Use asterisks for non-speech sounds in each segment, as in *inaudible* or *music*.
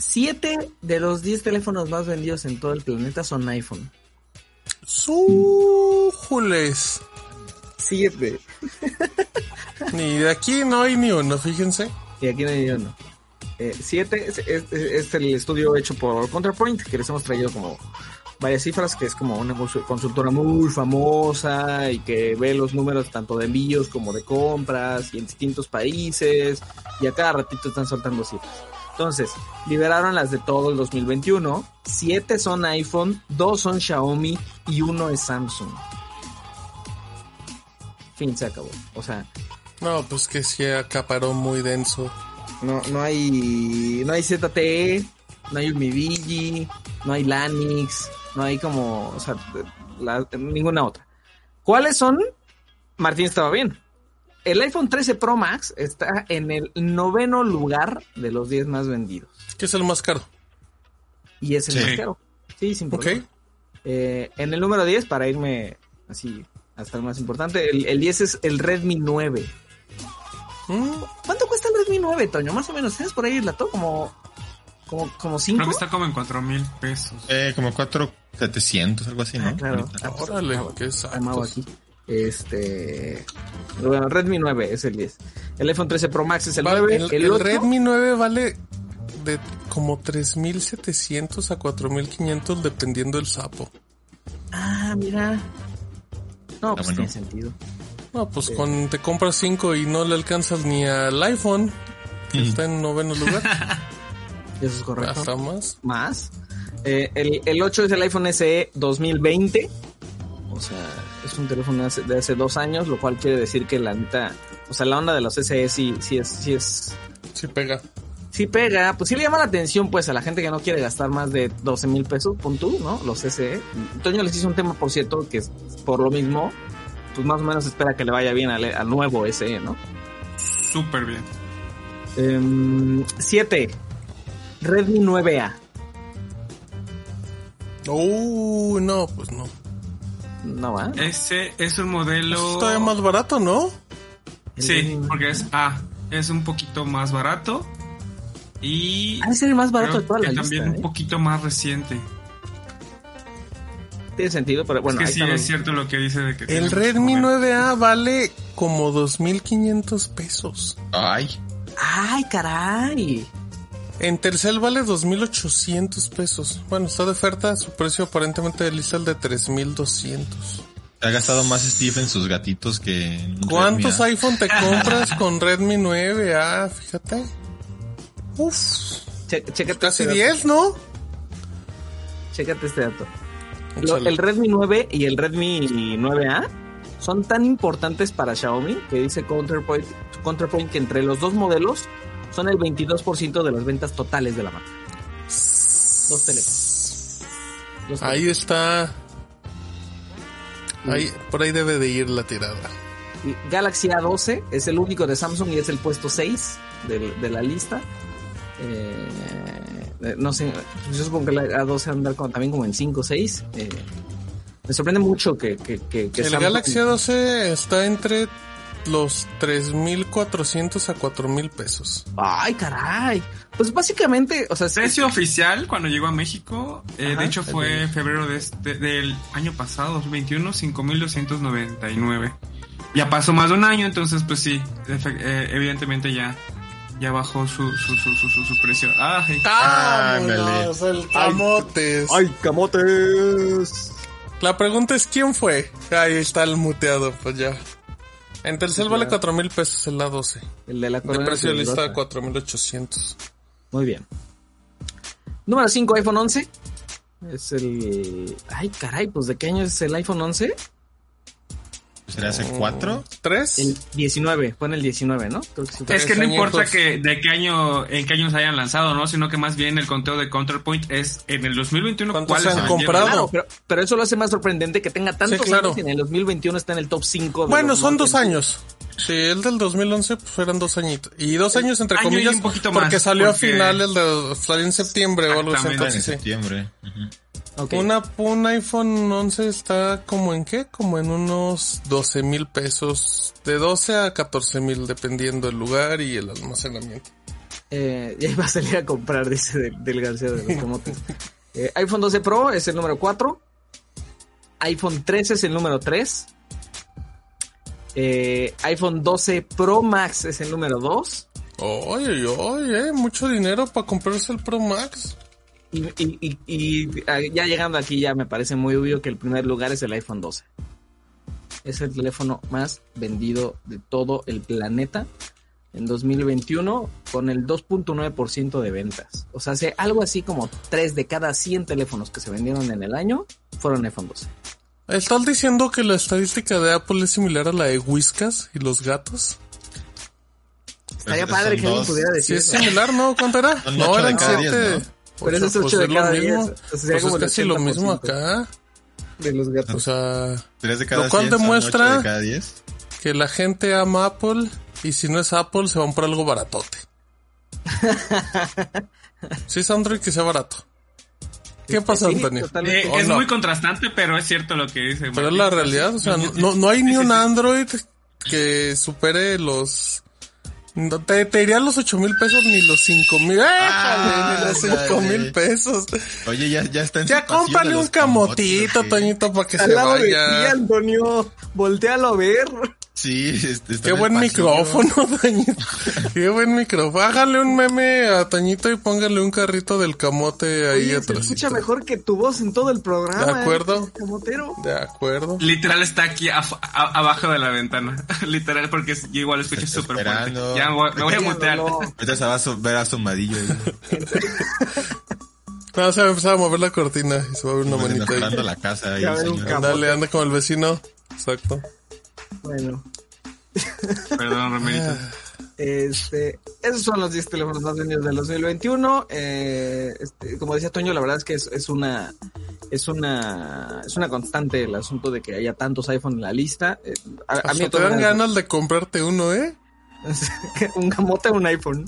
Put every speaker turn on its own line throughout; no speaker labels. Siete de los diez teléfonos más vendidos en todo el planeta son iPhone.
¡Sújules!
Siete.
Ni de aquí no hay ni uno, fíjense.
Y aquí no hay uno. Eh, siete es, es- es el estudio hecho por ContraPoint, que les hemos traído como varias cifras, que es como una consu- consultora muy famosa y que ve los números tanto de envíos como de compras y en distintos países y a cada ratito están soltando cifras. Entonces, liberaron las de todo el 2021, siete son iPhone, dos son Xiaomi y uno es Samsung. Fin, se acabó. O sea,
No, pues que sí acaparó muy denso.
No, no hay. No hay ZTE, no hay Umivigi, no hay Lanix, no hay como. O sea, la- ninguna otra. ¿Cuáles son? Martín estaba bien. El iPhone 13 Pro Max está en el noveno lugar de los 10 más vendidos.
Que es el más caro.
Y es el
Sí.
más caro. Sí, sin
Ok.
problema. Eh, en el número 10, para irme así hasta el más importante, el, el 10 es el Redmi 9.
Mm,
¿Cuánto cuesta el Redmi 9, Toño? Más o menos, ¿sabes por ahí la todo? Como. Como, como
Creo que
5.
está como en 4 mil pesos.
Eh, como 4700, algo así, ¿no?
Ah, claro.
Ahorita.
Ah, pues,
Órale,
ah, bueno,
qué
amado
exactos.
aquí. Este. Bueno, Redmi 9 es el 10. El iPhone 13 Pro Max es el
Va-
9.
el,
el
el
otro-
Redmi 9 vale de como 3.700 a 4.500 dependiendo del sapo.
Ah, mira. No, pues
bueno.
tiene sentido.
No, pues con te compras 5 y no le alcanzas ni al iPhone, que
Mm.
está en noveno lugar,
Eso es correcto.
hasta más.
Más. Eh, el, el 8 es el iPhone E SE 2020. O sea, es un teléfono hace- de hace dos años, lo cual quiere decir que la neta. O sea, la onda de los SE sí, sí es. Sí es
Sí pega.
Sí pega, pues sí le llama la atención pues a la gente que no quiere gastar más de 12 mil pesos, pon tú, ¿no? Los SE. Toño les hizo un tema, por cierto, que es por lo mismo, pues más o menos espera que le vaya bien al, al nuevo SE, ¿no?
Súper bien.
7. Em, Redmi 9A.
Uh, no, pues no.
¿No va?
Eh, Ese es
Eso
un modelo...
es todavía más barato, ¿no?
Sí, porque es A. Es un poquito más barato. Y...
Ha de ser el Ah, más barato
creo
de toda la
que
lista.
también
¿eh?
un poquito más reciente.
Tiene sentido, pero bueno,
es
ahí
que sí,
están
es
los-
cierto lo que dice de que... tiene
El
muchos
Redmi
modelos.
9A vale como 2.500 pesos.
Ay,
Ay, caray.
En Telcel vale 2.800 pesos. Bueno, está de oferta, su precio aparentemente de lista es de 3.200.
ha gastado más Steve en sus gatitos que... en un
¿Cuántos
Redmi,
iPhone te compras con Redmi 9? Ah, fíjate. Uf,
Che- chécate
casi
este
10, ¿no?
dato, Chécate este dato. Lo-
Échale.
el Redmi 9 y el Redmi 9A son tan importantes para Xiaomi que dice Counterpoint, Counterpoint que entre los dos modelos son el 22% de las ventas totales de la marca. Dos teléfonos. Dos
Ahí está. Ahí, por ahí debe de ir la tirada.
teléfonos. Y Galaxy A12 es el único de Samsung y es el puesto 6 del- de, la lista. Eh, eh, no sé, yo supongo que la A12 anda como- también como en 5 o 6. Eh, me sorprende mucho que, que, que, que
el
Samsung-
Galaxy A12 está entre los 3.400 a 4.000 pesos.
Ay, caray. Pues básicamente, o sea, sí-
Precio oficial cuando llegó a México, eh,
Ajá.
de hecho fue febrero de este- del año pasado, 2021, 5.299. Ya pasó más de un año, entonces pues sí, efe- eh, evidentemente ya, ya bajó su, su, su, su, su- su precio. Ah, Ay,
Ándale.
¡Vámonos! El camotes.
camotes!
La pregunta es quién fue. Ahí está el muteado, pues ya. En Telcel vale 4 mil pesos el A12.
El de la
De
corona
precio de
peligrosa.
lista 4800.
Muy bien. Número 5, iPhone 11. Es el... Ay, caray, pues ¿de qué año es el iPhone 11?
¿Sería hace
Oh,
cuatro?
¿Tres?
El 19, fue en el 19, ¿no? Creo que sí fue.
Es que no
añejos.
importa que de qué año, en qué año se hayan lanzado, ¿no? Sino que más bien el conteo de Counterpoint es en el 2021
¿Cuántos
cuáles
se han
vendieron?
comprado?
Claro, pero, pero eso lo hace más sorprendente que tenga tantos
Sí, claro.
años y en el 2021 está en el top 5.
Bueno, son dos años. Sí, el del 2011 pues eran dos añitos. Y dos años entre
Eh, Año y
comillas
un poquito más,
porque salió
porque-
a finales de salió en septiembre o algo así.
Exactamente,
en
Entonces, sí.
septiembre. Ujú.
Una, un iPhone 11 está como en qué? Como en unos 12 mil pesos. De 12 a 14 mil dependiendo el lugar y el almacenamiento.
Eh, ya iba a salir a comprar, dice del, del García de los Tomotes. Eh, iPhone 12 Pro es el número 4. iPhone 13 es el número 3. Eh, iPhone 12 Pro Max es el número 2.
Oye, oye, eh, mucho dinero para comprarse el Pro Max.
Y, y- y- y, ah, ya llegando aquí, ya me parece muy obvio que el primer lugar es el iPhone 12. Es el teléfono más vendido de todo el planeta en 2021 con el 2.9% de ventas. O sea, hace algo así como 3 de cada 100 teléfonos que se vendieron en el año fueron iPhone 12.
¿Estás diciendo que la estadística de Apple es similar a la de Whiskas y los gatos?
Estaría
Pues,
padre
son
que alguien
dos.
pudiera
Sí,
decir
es
eso.
similar, ¿no? ¿Cuánto era?
Son
No,
ocho de
eran
cada diez,
siete.
¿no?
Pero eso es
Ocho, pues
ocho de
lo
cada diez,
mismo.
o sea, sería
Pues
como
es
el
casi lo mismo
80%.
acá.
de los gatos.
O sea,
Tres de cada
Lo cual
cien son
demuestra-
ocho de cada diez.
que la gente ama Apple y si no es Apple se van por
*laughs*
algo baratote. Si es Android que sea barato. ¿Qué pasa,
Sí,
Antonio?
totalmente.
Eh,
¿O
es
no?
muy contrastante, pero es cierto lo que
Pero
dice.
es
Martín.
la realidad, o sea, no, no hay ni un Android que supere los... no, Te, te diría los 8 mil pesos ni los 5 mil.
Ah,
¡Éjale! Ni los 5 mil
dale.
pesos.
Oye, ya, ya está en su
Ya
pasillo
cómprale
de
un
los camotes,
camotito,
sí.
Toñito, para que
Al
se
lado de ti,
vaya.
Antonio, voltealo a ver.
Sí, este, está
Qué
en el
buen
pasillo.
micrófono, Toñito. Qué buen micrófono. Hágale un meme a Toñito y póngale un carrito del camote ahí
Oye, se
atrás.
escucha mejor que tu voz en todo el programa.
De acuerdo.
¿eh? Camotero.
De acuerdo.
Literal está aquí af- a- abajo de la ventana. *laughs* Literal, porque es- yo igual escucho
Está
súper fuerte.
esperando.
Ya voy- me voy a
Ay,
mutear.
no, no.
Ahorita se va a so- ver eh. asomadillo.
*laughs*
ahí,
No, se va a empezar a mover la cortina y se va a ver una manita ahí.
enojando la casa. ahí,
Ya
el
ven un
señor.
cam-
Dale, anda con el vecino. Exacto.
Bueno,
*laughs* Perdón, Romerito.
este, esos son los 10 teléfonos más vendidos del 2021. Eh, este, como decía Toño, la verdad es que es, es una es una es una constante el asunto de que haya tantos iPhone en la lista. Eh, a, a mí
Hasta
de
te
todas
dan
maneras-
ganas de comprarte uno, ¿eh?
*laughs* un gamote o un iPhone.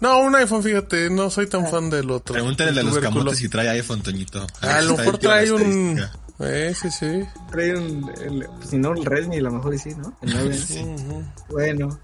No, un iPhone, fíjate, no soy
Ah.
tan fan del otro.
Pregúntale a los
Tubérculo.
camotes si trae iPhone, Toñito.
A
ver si
lo mejor
está bien la
trae un...
estadística.
Eh, sí, sí.
Trae un, el- pues, si no el Redmi, a lo mejor y sí, ¿no? El 9.
Ujú.
Bueno,